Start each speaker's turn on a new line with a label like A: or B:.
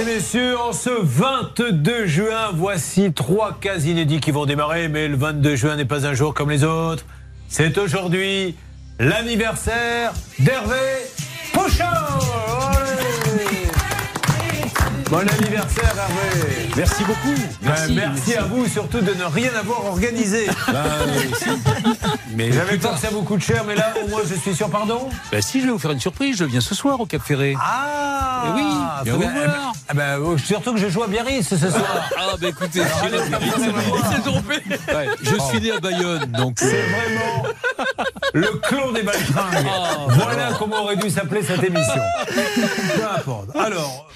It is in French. A: et messieurs, en ce 22 juin, voici trois cas inédits qui vont démarrer, mais le 22 juin n'est pas un jour comme les autres. C'est aujourd'hui l'anniversaire d'Hervé Pouchon Ouais. Bon anniversaire Hervé
B: Merci beaucoup.
A: Euh, merci à vous surtout de ne rien avoir organisé.
B: Bah, mais si. Mais
A: J'avais peur que ça vous coûte cher, mais là au moins je suis sûr, pardon
B: Bah, si, je vais vous faire une surprise. Je viens ce soir au Cap Ferré.
A: Ah
B: Eh oui,
A: faut
B: viens
A: bien-
B: vous voir.
A: eh ben, eh ben, oh, surtout que je joue à Biarritz ce soir.
B: Ah, bah écoutez,
C: trompé.
B: Ouais, je suis né à Bayonne, donc. euh,
A: C'est vraiment le clan des baltringues.
B: Ah.
A: voilà comment aurait dû s'appeler cette émission. Peu importe. Alors,